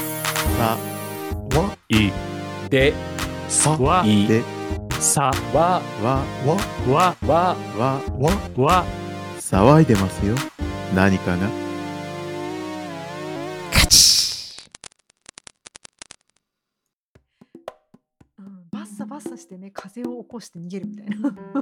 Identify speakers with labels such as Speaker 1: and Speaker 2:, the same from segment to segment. Speaker 1: さ
Speaker 2: わ
Speaker 3: い
Speaker 1: で
Speaker 2: さ
Speaker 3: わ
Speaker 1: いで
Speaker 3: さ
Speaker 1: わ
Speaker 2: わ
Speaker 1: わ
Speaker 3: わ
Speaker 1: わ
Speaker 2: わわ
Speaker 3: わ
Speaker 2: 騒いでますよ何かが
Speaker 4: うんバッサバッサしてね風を起こして逃げるみたいな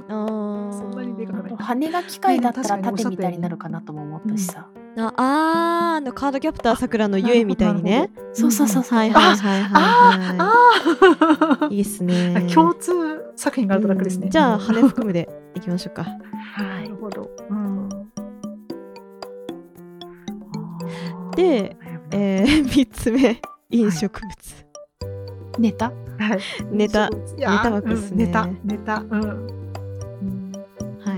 Speaker 5: そ
Speaker 4: んなにでかくない
Speaker 5: 羽が機械だったら
Speaker 4: ねでも確かに
Speaker 5: 縦みたいになるかなとも思ったしさ。
Speaker 6: ああーあのカードキャプターさくらのゆえみたいにね
Speaker 5: そうそうそうそう。
Speaker 6: はい
Speaker 5: あ
Speaker 6: はいはいはい
Speaker 4: あ
Speaker 6: はいいいっすね
Speaker 4: あ共通作品があると楽です
Speaker 6: う
Speaker 4: ね
Speaker 6: んじゃあ羽含むでいきましょうか
Speaker 4: なるほど、うん、
Speaker 6: で、えー、3つ 目飲食物、
Speaker 5: ネタ
Speaker 4: はい、
Speaker 6: ネタ
Speaker 4: いやー
Speaker 6: ネタ枠っすね
Speaker 4: うんネタネタうんうん
Speaker 6: は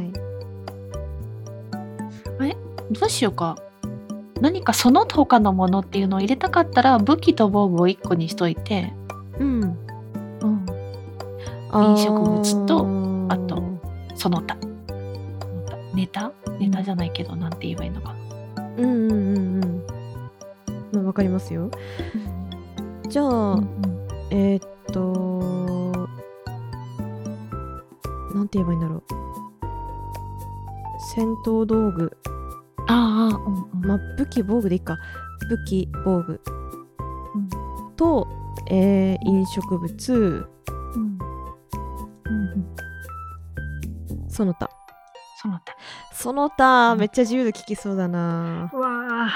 Speaker 6: い
Speaker 5: どうしようか。何かその他のものっていうのを入れたかったら武器と防具を1個にしといて、
Speaker 6: うん
Speaker 5: うん、
Speaker 6: あー
Speaker 5: 飲食物とあとその他。ネタネタじゃないけど、なんて言えばいいのかな。
Speaker 6: うんうんうんうんまあわかりますよじゃあ、
Speaker 4: うん
Speaker 6: えーっとなんて言えばいいんだろう戦闘道具
Speaker 5: ああ、うんうん
Speaker 6: まあ、武器防具でいいか武器防具、
Speaker 4: うん
Speaker 6: と、えー飲食物
Speaker 5: うん、
Speaker 6: その他
Speaker 5: その他。
Speaker 6: その他めっちゃ自由で聞きそうだな、
Speaker 4: うわ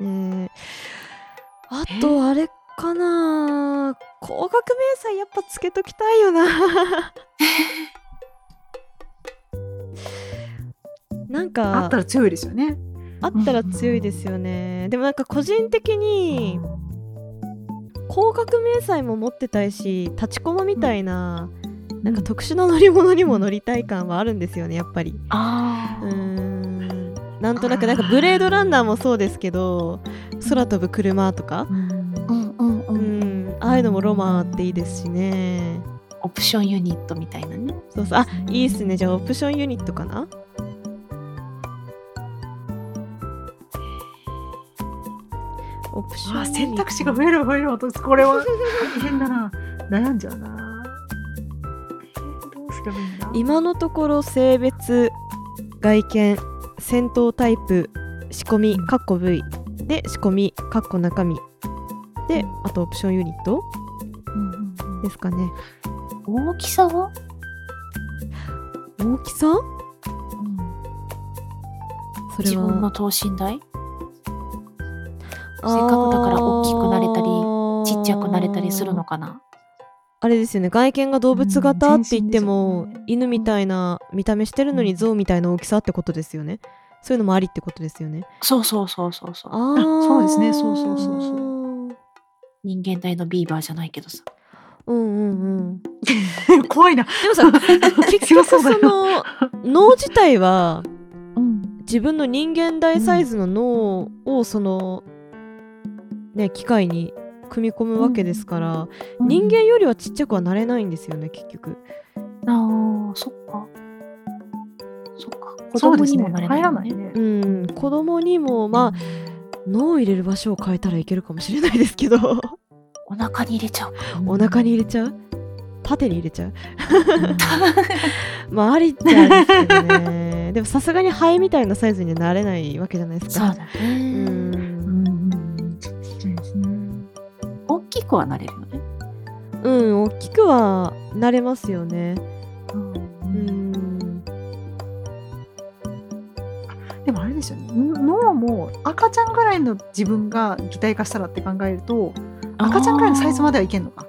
Speaker 6: ねえあとあれかな高額明細やっぱつけときたいよな なん
Speaker 4: ーあ
Speaker 6: か
Speaker 4: ったら強いですよね
Speaker 6: あったら強いですよねでもなんか個人的に高額明細も持ってたいし立ちこもみたいな、なんか特殊な乗り物にも乗りたい感はあるんですよねやっぱり
Speaker 5: あ
Speaker 6: う
Speaker 5: あ、
Speaker 6: ーんなんとなくなんかブレードランナーもそうですけど空飛ぶ車とか
Speaker 5: うんうんう。
Speaker 6: うんんああいうのもロマンあっていいですしね
Speaker 5: オプションユニットみたいなね。
Speaker 6: そうそうあいいっすねじゃあオプションユニットかなオプシ
Speaker 4: あ
Speaker 6: ョンユニ
Speaker 4: 選
Speaker 6: ット
Speaker 4: 択肢が増える増えるほどこれは大変だな悩んじゃうなどうすればいいんだ
Speaker 6: 今のところ性別外見戦闘タイプ仕込みかっこ V で仕込みかっこ中身であとオプションユニット
Speaker 5: うんうん
Speaker 6: ですかね
Speaker 5: うん、大きさは、
Speaker 6: 大きさそれ
Speaker 5: 自分の
Speaker 6: は
Speaker 5: 等身大せっかくだから大きくなれたりちっちゃくなれたりするの
Speaker 6: か
Speaker 5: かな
Speaker 6: あれですよね外見が動物型って言っても、
Speaker 4: うん全身ですよね
Speaker 6: 犬みたいな見た目してるの
Speaker 4: う
Speaker 6: に
Speaker 4: ん
Speaker 6: 象みたいな大きさってことですよねそういうのもありってことですよね
Speaker 5: そうそうそうそうそう
Speaker 6: あ
Speaker 4: そうですねそうそうそうそう
Speaker 5: 人間体のビーバーじゃないけどさ
Speaker 6: うんうんうん
Speaker 4: 怖いな
Speaker 6: でもさ結
Speaker 4: 強
Speaker 6: 局
Speaker 4: そ
Speaker 6: そ
Speaker 4: だ
Speaker 6: う
Speaker 4: よ
Speaker 6: の脳自体は
Speaker 5: うん
Speaker 6: 自分の人間大サイズの脳をそのね機械に組み込むわけですから、人間よりはちっちゃくはなれないんですよね結局
Speaker 5: あーそっかそっか子
Speaker 4: そう
Speaker 5: 供
Speaker 4: です
Speaker 5: に
Speaker 4: ね
Speaker 5: もなれない
Speaker 4: 入
Speaker 5: よ
Speaker 4: らない
Speaker 5: ね
Speaker 4: ね
Speaker 6: うん子供にもまあ脳を入れる場所を変えたらいけるかもしれないですけど
Speaker 5: お腹に入れちゃうか
Speaker 6: お腹に入れちゃう縦に入れちゃうまあありっちゃありですけどねでもさすがにハエみたいなサイズにはなれないわけじゃないです
Speaker 5: そう
Speaker 6: か
Speaker 5: だ
Speaker 6: う
Speaker 5: ね
Speaker 4: うん
Speaker 6: ん
Speaker 4: うんちょっとちっちゃいですね
Speaker 5: 大きくはなれるよね
Speaker 6: うん、大きくはなれますよね。う
Speaker 4: うん
Speaker 6: ん。
Speaker 4: でもあれですよね脳も赤ちゃんぐらいの自分が擬態化したらって考えると赤ちゃんぐらいのサイズまではいけんのか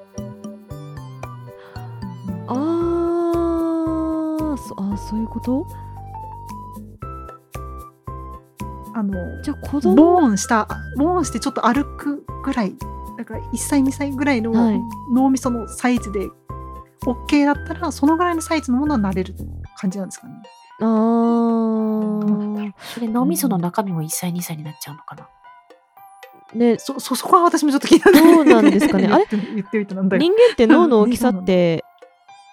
Speaker 6: あーそあ、そういうこと
Speaker 4: あの
Speaker 6: じゃあ子供
Speaker 4: ボーンしたボーンしてちょっと歩くぐらいだから1歳2歳ぐらいの
Speaker 6: はい
Speaker 4: 脳みそのサイズで OK だったらそのぐらいのサイズのものはなれる感じなんですかね
Speaker 6: あー
Speaker 5: それ脳みその中身も1歳2歳になっちゃうのかな
Speaker 6: ね、
Speaker 4: そそそこは私もちょっと気になる
Speaker 6: そうなんですかねあれ
Speaker 4: 言って言っておいてなんだよ
Speaker 6: 人間って脳の大きさって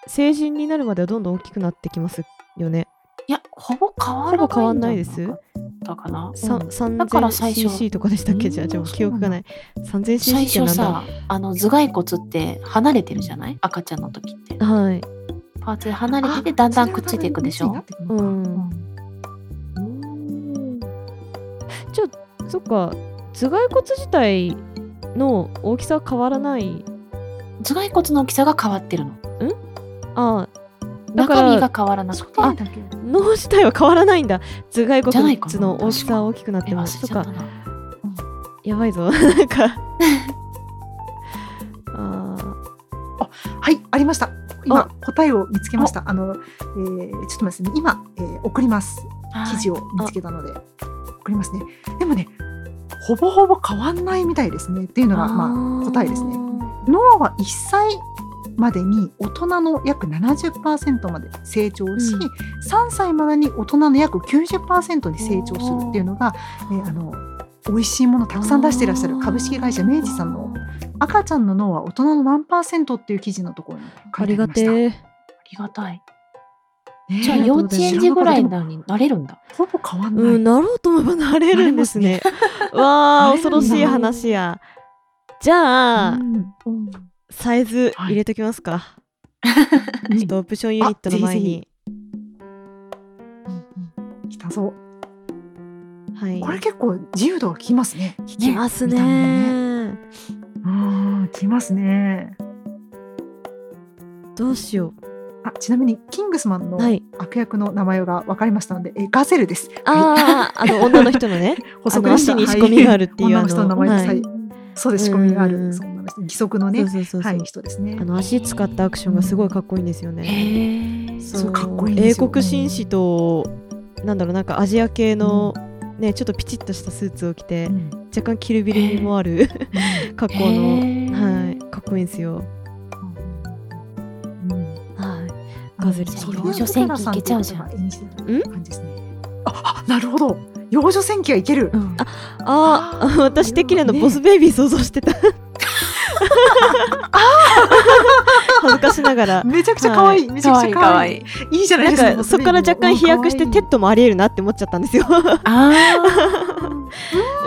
Speaker 6: 成人になるまではどんどん大きくなってきますよね。
Speaker 5: いやほぼ変
Speaker 6: ほ
Speaker 5: わらない
Speaker 6: ぼ変わんないです
Speaker 5: んじゃったかな。
Speaker 6: さ
Speaker 5: うん
Speaker 6: 3000cc とかでしたっけじゃあ、
Speaker 5: うん
Speaker 6: じゃあ記憶がない。
Speaker 5: 最
Speaker 6: 3000cc って
Speaker 5: 初
Speaker 6: なんだ
Speaker 5: さあの頭蓋骨って離れてるじゃない赤ちゃんの時って
Speaker 6: はい。
Speaker 5: パーツが離れててだんだんくっついていくでしょ
Speaker 6: うん
Speaker 4: ん。
Speaker 6: そっか、頭蓋骨自体の大きさは変わらない。
Speaker 5: 頭蓋骨の大きさが変わってるの
Speaker 6: ああ、だか
Speaker 5: 中身が
Speaker 6: ら
Speaker 5: 変わらなくて
Speaker 4: あだけ
Speaker 6: 脳自体は変わらないんだ。頭蓋
Speaker 5: じゃないか
Speaker 6: 骨
Speaker 5: な
Speaker 6: の大きさは大きくなっ
Speaker 5: え
Speaker 6: て
Speaker 5: 忘れ
Speaker 6: ます。そっ
Speaker 5: ちゃっ
Speaker 6: か
Speaker 5: た、な
Speaker 6: やばいぞ。なんか。ああ。
Speaker 4: はいありました今
Speaker 6: あ
Speaker 4: 答えを見つけましたあの、えー、ちょっと待ってね今、えー送ります 記事
Speaker 5: を
Speaker 4: を見つけたので送りますねでもねほぼほぼ変わんないみたいですねっていうのがまあ答えですね脳は1歳までに大人の約70%まで成長し、
Speaker 6: うん
Speaker 4: 3歳までに大人の約90%に成長するっていうのが、えーあの美味しいものたくさん出していらっしゃる株式会社明治さんの赤ちゃんの脳は大人の何パーセントっていう記事のところに書
Speaker 6: あ
Speaker 4: いてあり
Speaker 6: りが
Speaker 4: ました。
Speaker 6: てえ。
Speaker 5: ありがたい
Speaker 4: ねえ
Speaker 5: じゃあ
Speaker 6: りが
Speaker 5: 幼
Speaker 6: とうござ
Speaker 5: 稚
Speaker 6: います
Speaker 5: 園児ぐらいなのになれるんだ
Speaker 4: ほぼ変わんない。
Speaker 6: うん、なろうと思えばなれるんですね。わ
Speaker 4: な
Speaker 6: あ、
Speaker 4: れるん
Speaker 6: 恐
Speaker 4: だ
Speaker 6: ろしい話や。じゃあ、サイズ入れときますか。ちょっとオプションユニットの前に。
Speaker 4: きたぞ。
Speaker 6: はい。
Speaker 4: これ結構自由度がきますね。
Speaker 6: 聞きます
Speaker 4: ね
Speaker 6: ね。
Speaker 4: うん、きますね。
Speaker 6: どうしよ
Speaker 4: あ、ちなみにキングスマン
Speaker 6: う。
Speaker 4: の
Speaker 6: はい。
Speaker 4: 悪役の名前が分かりましたので、えガゼルです。
Speaker 6: ああ、あの、女の人の ね、あ
Speaker 4: 細く
Speaker 6: の足に仕込みがあるっていう。
Speaker 4: 女
Speaker 6: あ
Speaker 4: の人の名前です。は
Speaker 6: はい
Speaker 4: い。そうです、仕込みがあ
Speaker 6: うん
Speaker 4: る。そうなんです。義足の
Speaker 6: そ
Speaker 4: ね
Speaker 6: う、そうそうそ
Speaker 4: は
Speaker 6: う
Speaker 4: い、。人ですね
Speaker 6: あ。の、足使ったアクションがすごいかっこいいんですよ
Speaker 5: へ
Speaker 6: ね。
Speaker 5: え
Speaker 6: そう
Speaker 4: そうかっこいいんですよ
Speaker 6: 英国紳士と、なんだろう、なんかアジア系の、ね、ちょっとピチッとしたスーツを着て
Speaker 4: う、ん
Speaker 6: 若干キルビルにもある格好の、はい、かっこいいんですよ。
Speaker 4: うん
Speaker 6: はい。ガ
Speaker 4: ガゼ
Speaker 6: ゼル
Speaker 4: ル
Speaker 6: ちゃん
Speaker 5: 幼女戦記いけちゃうじゃん
Speaker 4: 演じてる感じですね。あ、あなるほど。幼女戦記はいける。
Speaker 6: ああ、私的なの
Speaker 4: ね
Speaker 6: ボスベイビー想像してた。 恥ずかしながら。
Speaker 4: めちゃくちゃ可愛い。めちゃくちゃ可愛い。
Speaker 5: い
Speaker 4: いいじゃない
Speaker 6: な
Speaker 4: で
Speaker 6: ん
Speaker 4: すか。
Speaker 6: かそこから若干飛躍してテッドもありえるなって思っちゃったんですよ。
Speaker 5: あ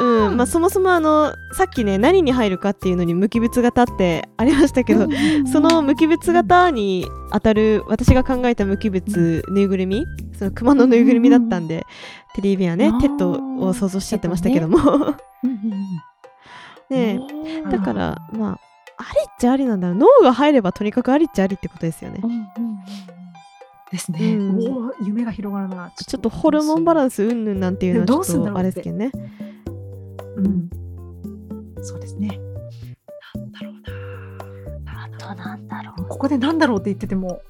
Speaker 6: うんまあ、そもそもあのさっきね何に入るかっていうのに無機物型ってありましたけど、その無機物型に当たる私が考えた無機物ぬいぐるみその熊のぬいぐるみだったんで、テディベアね
Speaker 5: あー
Speaker 6: テッドを想像しちゃってましたけど もね
Speaker 5: え
Speaker 6: えだからまあありっちゃありなんだろう脳が入ればとにかくありっちゃありってことですよね
Speaker 4: ですね。
Speaker 6: うん
Speaker 4: おー夢が広がるな。
Speaker 6: ちょっとホルモンバランスうんぬんなんていうのは
Speaker 4: どう
Speaker 6: ち
Speaker 4: す
Speaker 6: ょ
Speaker 4: ん
Speaker 6: っ
Speaker 4: だ
Speaker 6: と
Speaker 4: ろう
Speaker 6: あ
Speaker 4: って
Speaker 6: れですけどね
Speaker 4: うん。そうですね。なんだろうな。なんだろ
Speaker 5: となんだろ
Speaker 4: うここでなんだろうって言ってても。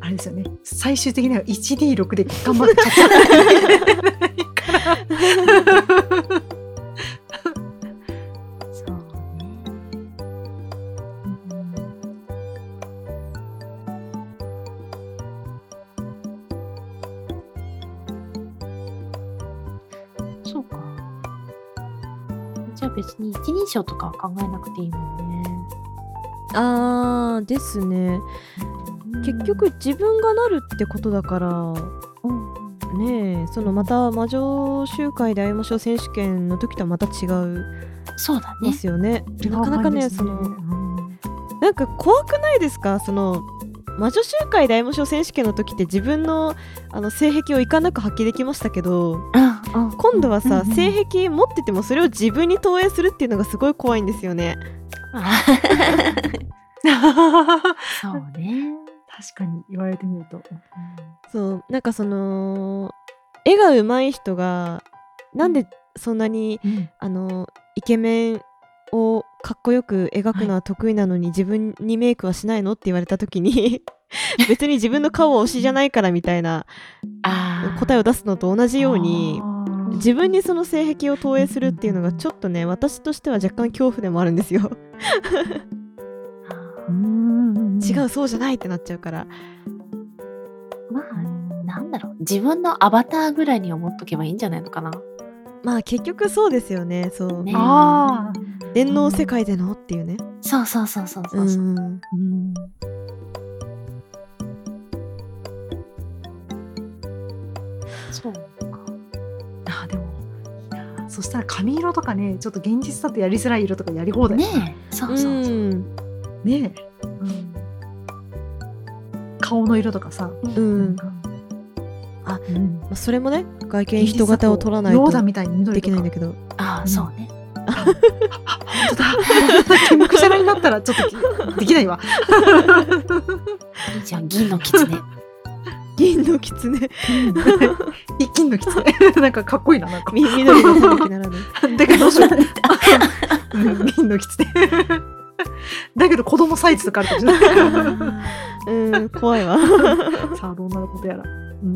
Speaker 4: あれですよね。最終的には 1D6 で頑張って勝たないといけないから。
Speaker 5: うそうねそうか。じゃあ別に一人称とかは考えなくていいもんね。
Speaker 6: あーですね結局自分がなるってことだから
Speaker 5: うん、
Speaker 6: ねえそのまた魔女集会で会いましょう選手権の時とはまた違う
Speaker 5: そうだ
Speaker 6: で
Speaker 5: ね。
Speaker 6: すよねなかなかねその
Speaker 4: うん
Speaker 6: なんか怖くないですかその魔女集会で会いましょう選手権の時って自分のあの性癖をいかなく発揮できましたけど
Speaker 5: うんうん
Speaker 6: 今度はさ、
Speaker 4: うんうん
Speaker 6: 性癖持っててもそれを自分に投影するっていうのがすごい怖いんですよね
Speaker 5: あ
Speaker 4: 確
Speaker 5: そうね。
Speaker 4: かに言われてみると。
Speaker 6: そうなんかその絵が上手い人がなんでそんなに
Speaker 4: うん
Speaker 6: あのイケメンをかっこよく描くのは得意なのに、自分にメイクはしないのって言われた時に 別に自分の顔は推しじゃないからみたいな
Speaker 5: あ
Speaker 6: 答えを出すのと同じように
Speaker 4: あー
Speaker 6: 自分にその性癖を投影するっていうのがちょっとね私としては若干恐怖でもあるんですよ。
Speaker 4: うんうんん
Speaker 6: 違うそうじゃないってなっちゃうから
Speaker 5: まあ、なんだろう。自分のアバターぐらいに思っとけばいいんじゃないのかな。
Speaker 6: まあ結局そうですよねそう、
Speaker 5: ね
Speaker 4: あ
Speaker 6: 電脳世界でのっていうね。
Speaker 5: そうそうそうそうそうう。
Speaker 6: ん
Speaker 4: うん
Speaker 5: そうか。
Speaker 4: あでもそしたら髪色とかねちょっと現実だとやりづらい色とかやり放題
Speaker 5: ねえそうそうそう、
Speaker 6: ん
Speaker 4: ねえ、顔の色とかさ、
Speaker 6: うん
Speaker 4: なんか
Speaker 6: あ
Speaker 4: うん
Speaker 6: まあそれもね外見人型を取らない
Speaker 4: ロ
Speaker 6: と
Speaker 4: ーダみたいに緑
Speaker 6: で
Speaker 4: とか
Speaker 6: きないんだけど
Speaker 5: あ
Speaker 4: う
Speaker 5: あ
Speaker 4: ん
Speaker 5: そうね、
Speaker 4: 本当 だ金木犀になったらちょっとできないわ
Speaker 5: いいじゃん銀の狐
Speaker 6: 銀の狐
Speaker 4: 一金のきつね なんかかっこいいななんか
Speaker 6: み緑の狸ならぬ
Speaker 4: だけどどうしよ ううん銀のきつね だけど子供サイズとかあるかもしれない
Speaker 6: うん怖いわ
Speaker 4: さあどうなることやら、うん、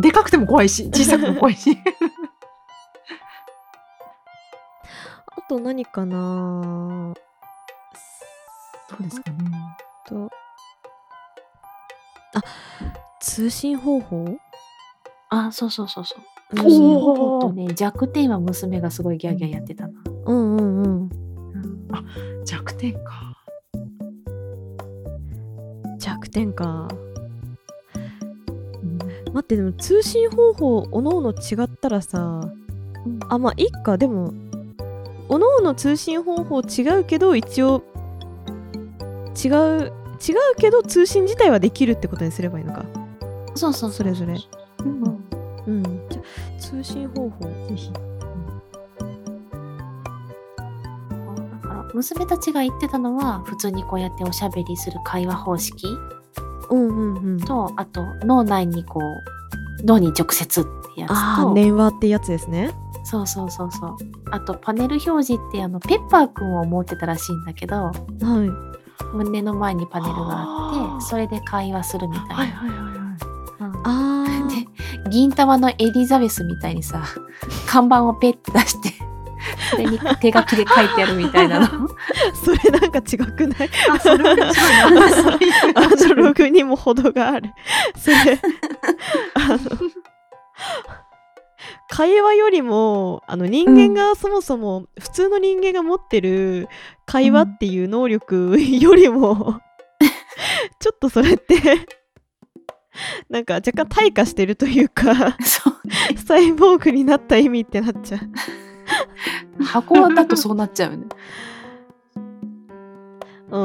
Speaker 4: でかくても怖いし小さくても怖いし
Speaker 6: あと何かな
Speaker 4: そうですかね
Speaker 6: とあ通信方法
Speaker 5: ああそうそうそうそう
Speaker 6: おー
Speaker 5: 通信方法とね弱点は娘がすごいギャーギャーやってたな、
Speaker 6: うんうんうん
Speaker 5: うん
Speaker 4: 弱点か
Speaker 6: 弱点か
Speaker 4: うん
Speaker 6: 待ってでも通信方法おのおの違ったらさ、
Speaker 5: ん
Speaker 6: あまあいいかでもおのおの通信方法違うけど一応違う違うけど通信自体はできるってことにすればいいのか
Speaker 5: そうそうう
Speaker 6: それぞれ
Speaker 4: うん
Speaker 6: うんじゃ通信方法
Speaker 4: ぜひ
Speaker 5: だから娘たちが言ってたのは普通にこうやっておしゃべりする会話方式
Speaker 6: うんうんうん
Speaker 5: とあと脳内にこう脳に直接ってやつ
Speaker 6: ああ
Speaker 5: と、
Speaker 6: 年話ってやつですね
Speaker 5: そうそうそうそうあとパネル表示ってあのペッパーくんを持ってたらしいんだけど
Speaker 6: はい
Speaker 5: 胸の前にパネルが
Speaker 4: あ
Speaker 5: あっ
Speaker 4: ー
Speaker 5: てそれで会話するみたいな、
Speaker 4: はいはいはいはい
Speaker 5: うん
Speaker 6: ああ
Speaker 5: で銀玉のエリザベスみたいにさ看板をペッて出してそれに手書きで書いてあるみたい なの
Speaker 6: それなんか違くない
Speaker 4: あそれは違うなそれいいな
Speaker 6: アナログにも程があるそれあの会話よりもあの人間がそもそも普通の人間が持ってる会話っていう能力よりもちょっとそれってなんか若干退化してるという か
Speaker 5: そう
Speaker 6: サイボーグになった意味ってなっちゃう
Speaker 5: 箱だとそうなっちゃうよね
Speaker 6: うー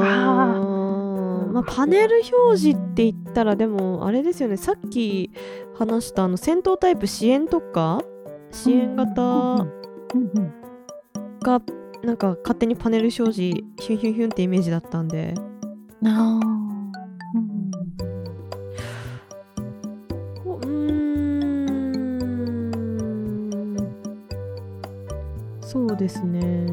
Speaker 6: んまあ、パネル表示って言ったらでもあれですよねさっき話したあの戦闘タイプ支援とか支援型
Speaker 4: うんうん
Speaker 6: がなんか勝手にパネル表示ヒュンヒュンヒュンってイメージだったんで
Speaker 5: あ
Speaker 6: うーんそうですね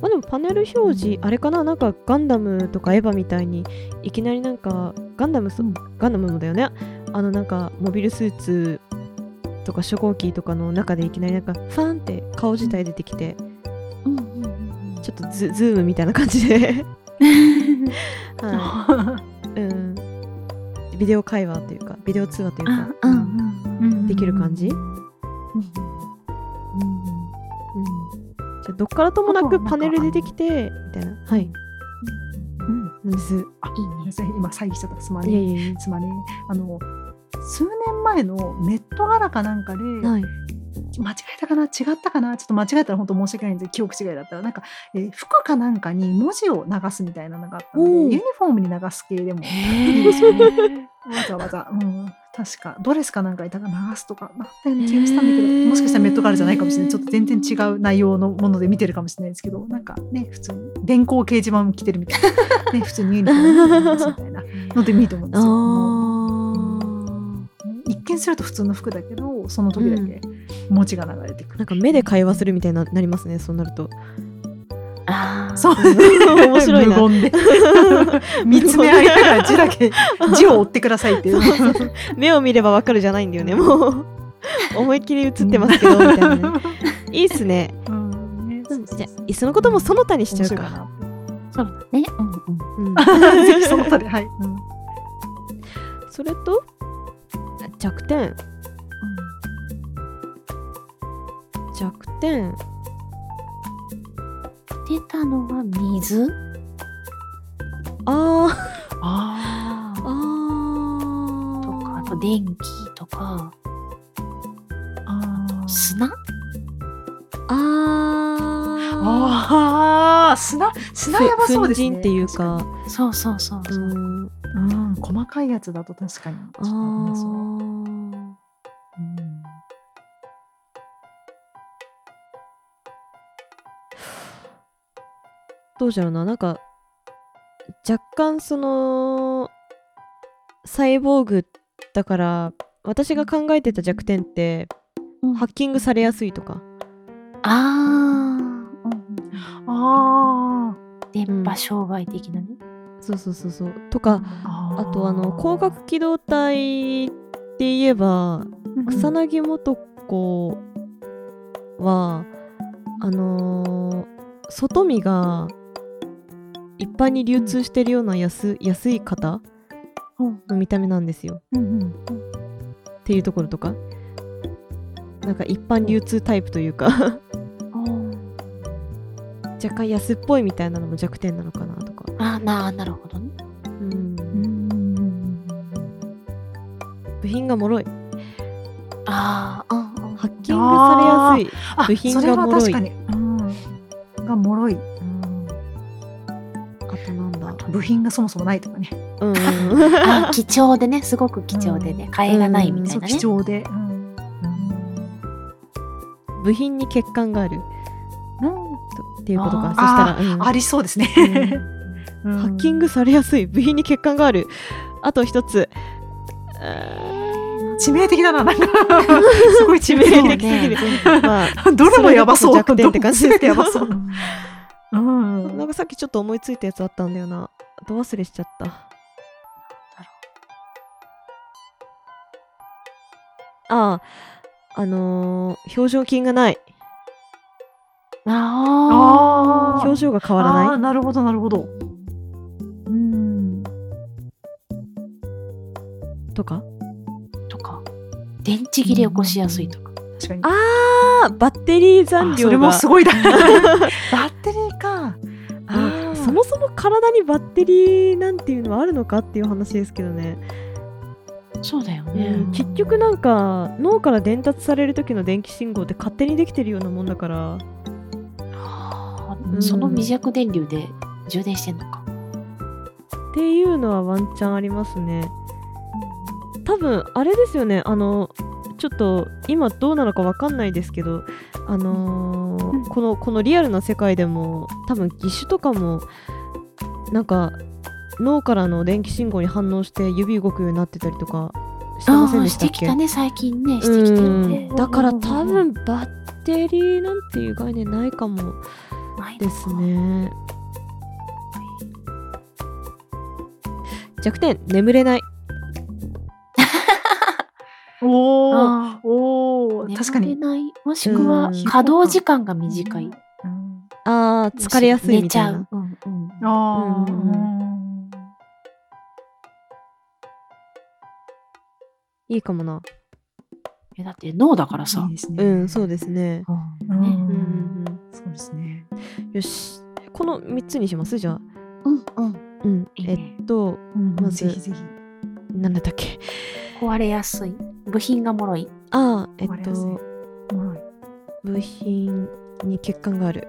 Speaker 6: まあでもパネル表示あれかななんかガンダムとかエヴァみたいにいきなりなんかガンダムそ、
Speaker 4: うん
Speaker 6: ガンダムもだよねあのなんかモビルスーツとか初号機とかの中でいきなりなんかファンって顔自体出てきて、
Speaker 5: うんうん うん
Speaker 6: ちょっとズズームみたいな感じで、
Speaker 5: うん
Speaker 6: はいうん、ビデオ会話というかビデオ通話というか
Speaker 5: あ、うんうんうん
Speaker 6: できる感じ、うん、じゃあどっからともな
Speaker 4: あと
Speaker 6: く
Speaker 4: はなんか
Speaker 6: パネル出てきてみたいなはい
Speaker 4: うん
Speaker 6: なんです
Speaker 5: いいね
Speaker 4: すいません今詐欺しちゃったすま
Speaker 6: いや
Speaker 4: ねえ
Speaker 6: いやい
Speaker 4: すまねえあの数年前のネットガラかなんかで
Speaker 6: や
Speaker 4: 間違
Speaker 6: はい
Speaker 4: えたかな違ったかなちょっと間違えたら本当申し訳ないんですけど記憶違いだったらなんか、えー服かなんかに文字を流すみたいなのがあったので
Speaker 6: おう
Speaker 4: ユニフォームに流す系でも
Speaker 5: へ
Speaker 4: ーわざわざ、うん、確かドレスかなんかに流すとかなったような気がしたんだけど、
Speaker 6: へー
Speaker 4: もしかしたらメットガラじゃないかもしれないちょっと全然違う内容のもので見てるかもしれないですけどなんかね普通に電光掲示板着てるみたい な、ね、普通にユニフォーム着てますみたいなので見ると思うんですよ。
Speaker 6: あ
Speaker 4: 一見すると普通の服だけどその時だけ文字が流れてくる、
Speaker 6: なんか目で会話するみたいにななりますねそうなると
Speaker 5: あ
Speaker 4: そう
Speaker 6: 面白いな
Speaker 4: 無言 で見つめ合いながら字だけ字を追ってくださいっていう
Speaker 6: 目を見ればわかるじゃないんだよねもう思いっきり映ってますけどみたいなねいいっすね
Speaker 4: うんねそうそう
Speaker 6: じゃあいっそのこともその他にしちゃ
Speaker 4: 面
Speaker 6: う
Speaker 4: 白い
Speaker 6: か、
Speaker 4: な
Speaker 5: そうだねうんうん
Speaker 6: うん、
Speaker 4: ぜひその他で、はい。うん
Speaker 6: それと弱点弱点
Speaker 5: 出たのは水
Speaker 6: あー
Speaker 5: あ
Speaker 6: あ
Speaker 5: とかあ
Speaker 6: ー
Speaker 5: と電気とか
Speaker 4: あー
Speaker 5: 砂
Speaker 6: あ
Speaker 5: あ
Speaker 4: ああ砂砂やばそうですね。
Speaker 6: 粉塵っていうか、
Speaker 5: あ、そうそうそう。
Speaker 6: うん、
Speaker 4: 確かに、うん、細かいやつだと確かに。
Speaker 6: あ
Speaker 4: う
Speaker 6: ー
Speaker 4: ん
Speaker 6: どうじゃろうななんか若干そのサイボーグだから私が考えてた弱点って
Speaker 5: うん
Speaker 6: ハッキングされやすいとか、
Speaker 5: ああ、
Speaker 4: あ
Speaker 5: 電波障害的なね。
Speaker 6: そうそうそうそうとか
Speaker 4: ーあ
Speaker 6: あとあの光学機動隊って言えば草
Speaker 4: の
Speaker 6: 薙素子は、あのー外見が一般に流通してるような安安い方
Speaker 5: うん
Speaker 6: の見た目なんですよっていうところとかなんか一般流通タイプというか 若干安っぽいみたいなのも弱点なのかなとか、
Speaker 5: ああ、なあ、なるほどね。
Speaker 6: うん、
Speaker 4: うん
Speaker 6: 部品が脆い
Speaker 5: ああ、うんうん。
Speaker 6: ハッキングされやすい
Speaker 4: あ
Speaker 6: 部品が
Speaker 4: それは
Speaker 6: 脆い
Speaker 4: 確かに、うん、が脆い、うん、
Speaker 6: あとなんだ
Speaker 4: 部品がそもそもないとかね
Speaker 6: うんうんうん
Speaker 5: あ貴重でね、すごく貴重でね、替えがないみたい
Speaker 4: そう
Speaker 5: なね。
Speaker 4: 貴重で、うん
Speaker 6: 部品に欠陥がある
Speaker 4: うん
Speaker 6: とっていうことかそしたら
Speaker 4: あ、
Speaker 6: うん
Speaker 4: ありそうですね、うん
Speaker 6: ハッキングされやすい部品に欠陥があるあと一つう
Speaker 4: 致命的だななんか すごい致命
Speaker 6: 致命
Speaker 4: 的
Speaker 6: 的すぎる
Speaker 5: そう
Speaker 6: ーんまあ
Speaker 4: どれもやばそう
Speaker 6: それがちょっと弱点って感じ
Speaker 4: どれも全てやばそう、 うん
Speaker 6: なんかさっきちょっと思いついたやつあったんだよなど忘れしちゃったあああのー表情筋がない
Speaker 5: あ
Speaker 4: あー
Speaker 6: 表情が変わら
Speaker 4: あ
Speaker 6: な
Speaker 4: ー
Speaker 6: い
Speaker 4: なるほどなるほどうん
Speaker 6: とか
Speaker 5: あ、とか、電池切れ起こしやすいとか。
Speaker 4: 確かに
Speaker 6: ああバッテリー残
Speaker 4: あ
Speaker 6: 量
Speaker 4: それも
Speaker 6: が
Speaker 4: すご いだバッテリーかあー
Speaker 6: そもそも体にバッテリーなんていうのはあるのかっていう話ですけどね
Speaker 5: そうだよ
Speaker 4: うん
Speaker 6: 結局なんか脳から伝達される時の電気信号って勝手にできてるようなもんだから
Speaker 5: あ
Speaker 6: う
Speaker 5: ー
Speaker 6: ん
Speaker 5: その微弱電流で充電してんのか。
Speaker 6: っていうのはワンチャンありますね多分あれですよねあのちょっと今どうなのかわかんないですけどあのー
Speaker 5: うん
Speaker 6: このこのリアルな世界でも多分義手とかもなんか脳からの電気信号に反応して指動くようになってたりとかしてません
Speaker 5: ー
Speaker 6: でし
Speaker 5: した
Speaker 6: ってけ
Speaker 5: きたね、最近ね。してきてるね
Speaker 6: う。んだから多分バッテリーなんていう概念ないかも
Speaker 5: ないの
Speaker 6: で
Speaker 5: か
Speaker 6: す。ね弱点眠れない
Speaker 4: おー
Speaker 5: あ
Speaker 4: おー
Speaker 5: ー
Speaker 4: 確か
Speaker 5: 眠
Speaker 4: に、
Speaker 5: れないもしくは
Speaker 6: うん
Speaker 5: 稼働時間が短い。
Speaker 4: うん
Speaker 6: あー疲れやすいみたい
Speaker 5: 寝
Speaker 6: な
Speaker 5: ちゃう。うんうん
Speaker 4: あー
Speaker 6: うんうんういいかもな
Speaker 5: えだって脳だから
Speaker 4: い
Speaker 5: さ
Speaker 4: い。ですね
Speaker 6: うんそうですね
Speaker 5: う
Speaker 4: うん
Speaker 5: ね
Speaker 4: ん
Speaker 6: うん
Speaker 4: そうですね
Speaker 6: よしこの3つにしますじゃあ
Speaker 5: うんうん。
Speaker 6: うん
Speaker 5: いい
Speaker 6: えっ
Speaker 5: ね
Speaker 6: とまず
Speaker 4: ぜひぜひ
Speaker 6: なんだったっけ
Speaker 5: 壊れやすい。部品が脆い。
Speaker 6: あーえ
Speaker 4: 壊れ
Speaker 6: っ
Speaker 4: やすい
Speaker 6: と部品に欠陥がある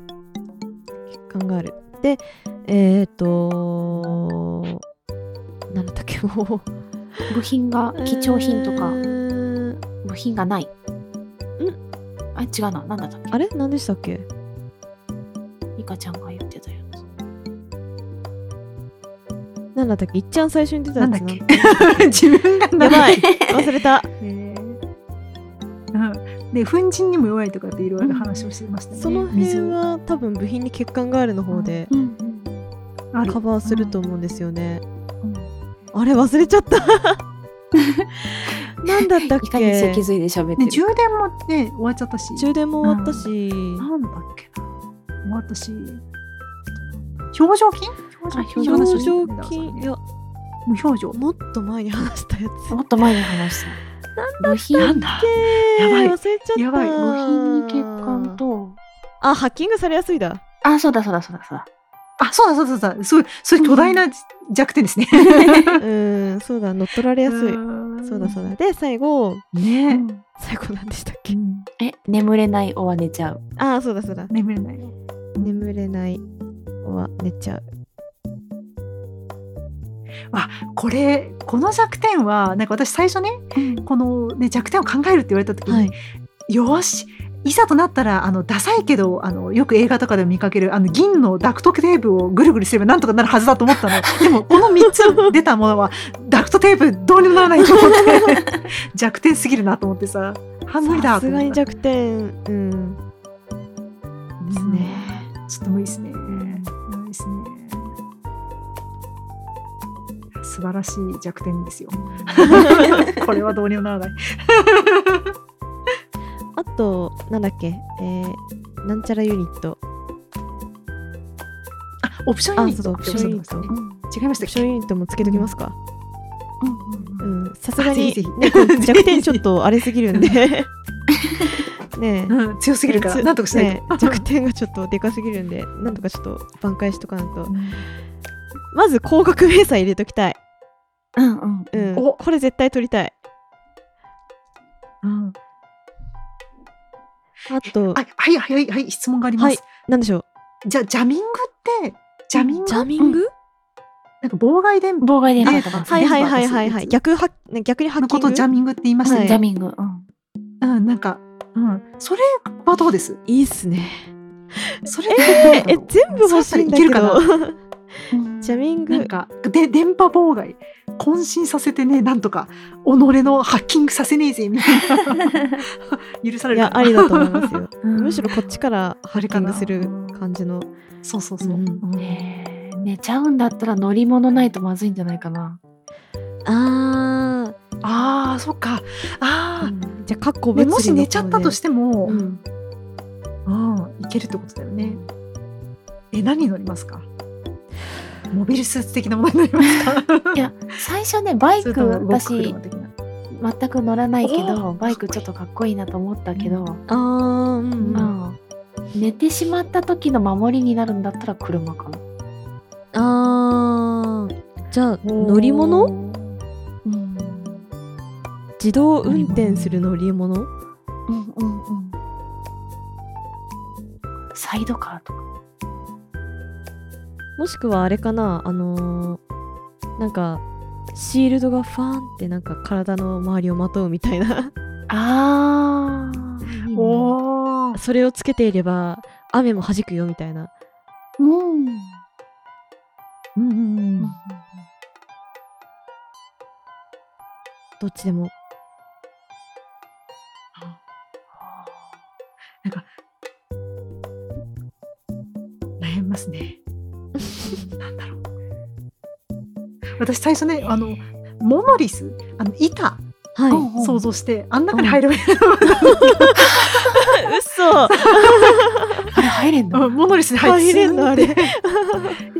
Speaker 6: 欠陥があるでえっとなんだったっけもう
Speaker 5: 部品が貴重品とか
Speaker 6: う、ーん
Speaker 5: 部品がない。あ、違うな。なんだったっけ
Speaker 6: あれ何でしたっけ
Speaker 5: リカちゃんが言ってたやつ。
Speaker 6: なんだったっけいっちゃん最初に出た
Speaker 4: な
Speaker 6: や
Speaker 4: んだ
Speaker 6: つ
Speaker 4: っけ 自分が
Speaker 6: やば
Speaker 4: い
Speaker 6: い忘れた
Speaker 4: で粉塵にも弱いとかっていろいろ話をしてましたね
Speaker 6: その辺
Speaker 4: 水
Speaker 6: は多分部品に欠陥があるの方で
Speaker 5: うんうん。
Speaker 4: ある
Speaker 6: カバーすると思うんですよね、あれ忘れちゃったなんだったっ
Speaker 5: いかに脊
Speaker 6: け
Speaker 5: 髄で喋って
Speaker 4: ね
Speaker 5: る。
Speaker 4: 充電もね終わっちゃったし
Speaker 6: 充電も終わったし、
Speaker 4: なんだっけな終わったし表情筋
Speaker 5: あ
Speaker 4: 表情
Speaker 6: 表
Speaker 4: 筋
Speaker 6: 情
Speaker 4: 表情
Speaker 6: 筋いや
Speaker 4: 無表情
Speaker 6: もっと前に話したやつ
Speaker 5: もっと前に話した。部品
Speaker 4: なんだ
Speaker 6: えー
Speaker 4: やばい
Speaker 6: 忘れちゃった
Speaker 4: やばい
Speaker 5: 部品に欠陥と。
Speaker 6: あハッキングされやすいだ
Speaker 5: あ、そうだそうだそうだそうだ。
Speaker 4: あそうだそうだそうだそうそれ巨大な弱点ですね
Speaker 6: うんそうだ乗っ取られやすい
Speaker 4: うん
Speaker 6: そうだそうだで最後
Speaker 4: ね、
Speaker 5: うん
Speaker 6: 最後なんでしたっ
Speaker 4: う
Speaker 6: け
Speaker 4: ん
Speaker 5: え、眠れないおは寝ちゃう。
Speaker 6: ああそうだそうだ
Speaker 4: 眠れない。
Speaker 6: 眠れないは寝ちゃう
Speaker 4: これこの弱点はなんか私最初ねこの、ね、弱点を考えるって言われた時に、
Speaker 6: はい
Speaker 4: よしいざとなったらあのダサいけどあのよく映画とかでも見かけるあの銀のダクトテープをぐるぐるすればなんとかなるはずだと思ったのでもこの3つ出たものはダクトテープどうにもならないと思って弱点すぎるなと思ってさ半 無理だと
Speaker 6: さす
Speaker 4: 思
Speaker 6: が
Speaker 4: っ
Speaker 6: に
Speaker 4: た
Speaker 6: 弱点うんですね
Speaker 4: ちょっと無理ですね無理ですね素晴らしい弱点ですよ これはどうにもならない
Speaker 6: あとなんだっけえー、なんちゃらユニット
Speaker 4: あオプション
Speaker 6: あ
Speaker 4: ユニッ
Speaker 6: そうだ
Speaker 4: ト
Speaker 6: オプションユニット
Speaker 4: オプシ
Speaker 5: うん
Speaker 4: ョン違いました
Speaker 6: オ
Speaker 4: っ
Speaker 6: プショ
Speaker 4: け
Speaker 6: ンユニットもつけときますか
Speaker 5: うん
Speaker 6: う
Speaker 5: うん
Speaker 6: んさすがに
Speaker 4: あぜひぜひ
Speaker 6: ねこれ弱点ちょっとあれすぎるんで ねえ
Speaker 4: うん、強すぎるから、
Speaker 6: つ
Speaker 4: なんとかしない
Speaker 6: ね
Speaker 4: と。
Speaker 6: 弱点がちょっとでかすぎるんでなんとかちょっと挽回しとかないとまず高額明細入れときたい、
Speaker 5: うんうん
Speaker 6: うん、
Speaker 4: お
Speaker 6: これ絶対取りたい
Speaker 4: うん
Speaker 6: あと
Speaker 4: あはい、はい、はい、はい、質問があります。
Speaker 6: はいなんでしょう
Speaker 4: じゃ、ジャミングって、ジャミング、
Speaker 6: ジャミング、
Speaker 4: なんか妨害電波
Speaker 5: 妨害電波と
Speaker 4: あ
Speaker 5: か。
Speaker 6: はいはいはいはいはい逆は逆にハッ
Speaker 4: の
Speaker 6: キ
Speaker 4: こ
Speaker 6: ング
Speaker 4: とジャミングって言いました
Speaker 5: ジ
Speaker 4: ね。
Speaker 5: ャミング。うん
Speaker 4: うん、なんか、うん、それはどうです。
Speaker 6: いいっすね
Speaker 4: それ
Speaker 6: え
Speaker 4: え
Speaker 6: え全部欲しいんだけどジャミング
Speaker 4: なんかで電波妨害渾身させてねなんとか己のハッキングさせねえぜみたい な許され
Speaker 6: い
Speaker 4: るか
Speaker 6: や
Speaker 4: な
Speaker 6: ありだと思います よ
Speaker 5: うん
Speaker 6: むしろこっちからハッキングする感じの
Speaker 4: そうそうそう、
Speaker 6: うん
Speaker 4: うん
Speaker 5: えー寝ちゃうんだったら乗り物ないとまずいんじゃないかな。
Speaker 6: あ
Speaker 4: ああそっかああ、
Speaker 6: ーじゃあかっこ
Speaker 4: ね
Speaker 6: 物理の
Speaker 4: もし寝ちゃったとしても、
Speaker 6: 方でうん
Speaker 4: うん、いけるってことだよね。え、何に乗りますか。モビルスーツ的なものに乗りますか。
Speaker 5: いや、最初ね、バイ
Speaker 4: そ
Speaker 5: ク
Speaker 4: れとも動く
Speaker 5: 私
Speaker 4: 車的な
Speaker 5: 全く乗らないけ
Speaker 4: お
Speaker 5: ど、
Speaker 4: ー
Speaker 5: バイクちょっとかっこいいなと思ったけど、
Speaker 6: あーうんうん
Speaker 5: うん寝てしまった時の守りになるんだったら車かな。
Speaker 6: あーじゃあ乗り物
Speaker 5: うん
Speaker 6: 自動運転する乗り物
Speaker 5: うんうんうん。サイドカーとか。
Speaker 6: もしくはあれかなあのーなんかシールドがファーンってなんか体の周りをまとうみたいな
Speaker 5: ああ。
Speaker 4: おお。
Speaker 6: それをつけていれば雨も弾くよみたいな
Speaker 5: うん。
Speaker 4: うんうんうん。
Speaker 6: どっちでも
Speaker 4: 悩みます ね。なんだろう。私最初ね、あの、モノリス、あの板、
Speaker 6: はい
Speaker 5: うん
Speaker 4: 想像して、あん中に入れ ばいいのかな
Speaker 6: 嘘
Speaker 5: あれ入れんの
Speaker 4: うんモノリスに入って。
Speaker 6: 入れんのあれ
Speaker 4: スーッ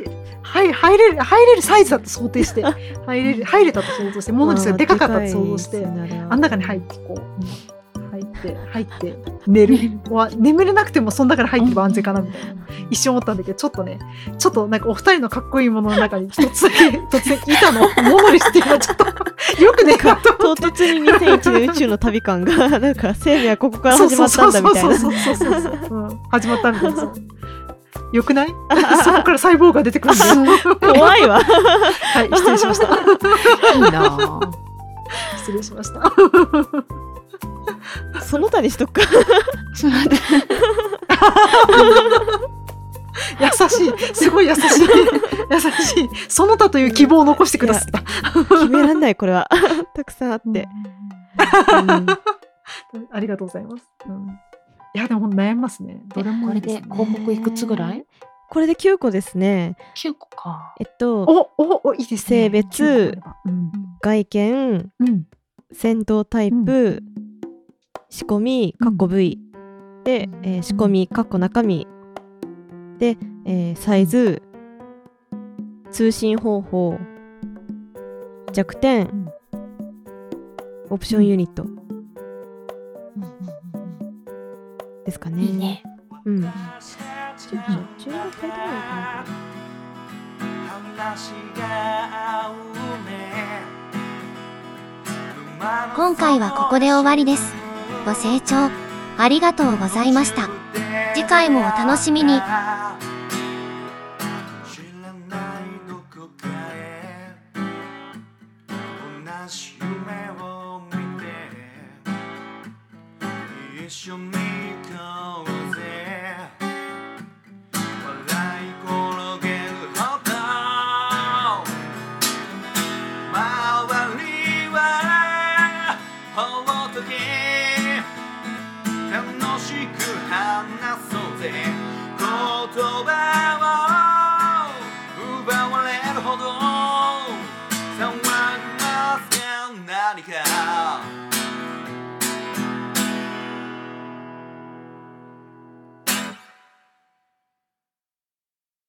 Speaker 4: てはい、入れる、入れるサイズだと想定 して、入れる、入れたと想像して、モノリスがでかかったと想像して。あん中に入ってこう、入って入って寝 るわ眠れなくてもその中に入ってば安全かなみたいな一瞬思ったんだけどちょっとねちょっとなんかお二人のかっこいいものの中に一つだけ突然板のモノリスっていうのはちょっと よくねえかと思
Speaker 6: 唐
Speaker 4: って
Speaker 6: 突に2001年宇宙の旅感がなんか生命はここから
Speaker 4: そう
Speaker 6: 始ま
Speaker 4: そう
Speaker 6: った
Speaker 4: そ
Speaker 6: ん
Speaker 4: う
Speaker 6: だ
Speaker 4: そ
Speaker 6: み
Speaker 4: う
Speaker 6: たい
Speaker 4: そうそ
Speaker 6: な
Speaker 4: うそうそううん始まったみたいな そうよくない そこから細胞が出てくるんだよ
Speaker 6: 怖いわ
Speaker 4: はい失礼しました
Speaker 5: いいなぁ
Speaker 4: 失礼しました
Speaker 6: その他にし とくか
Speaker 5: ちょっと待って
Speaker 4: 優しいすごい優しい優しいその他という希望を残してくださった
Speaker 6: 決めらんないこれは たくさんあって、うん
Speaker 4: ありがとうございます。いやでも悩みますね。どれも
Speaker 5: こ
Speaker 4: い
Speaker 5: れ
Speaker 4: いです
Speaker 5: で
Speaker 4: ね。
Speaker 5: 項目いくつぐらい
Speaker 6: これで9個ですね
Speaker 5: ?9 個か。
Speaker 6: えっと
Speaker 4: おおおいいですね。
Speaker 6: 性別
Speaker 4: うん
Speaker 6: 外見
Speaker 4: うん
Speaker 6: 戦闘タイプ、仕込み
Speaker 4: うん
Speaker 6: かっこ V、で、えー仕込みかっこ中身で、えーサイズ通信方法弱点、
Speaker 4: ん
Speaker 6: オプションユニットですかね。
Speaker 5: いいね。
Speaker 6: うん、
Speaker 1: 話が合うね今回はここで終わりです。ご清聴ありがとうございました。次回もお楽しみに。
Speaker 3: 知らないどこかへ同じ夢を見て一緒に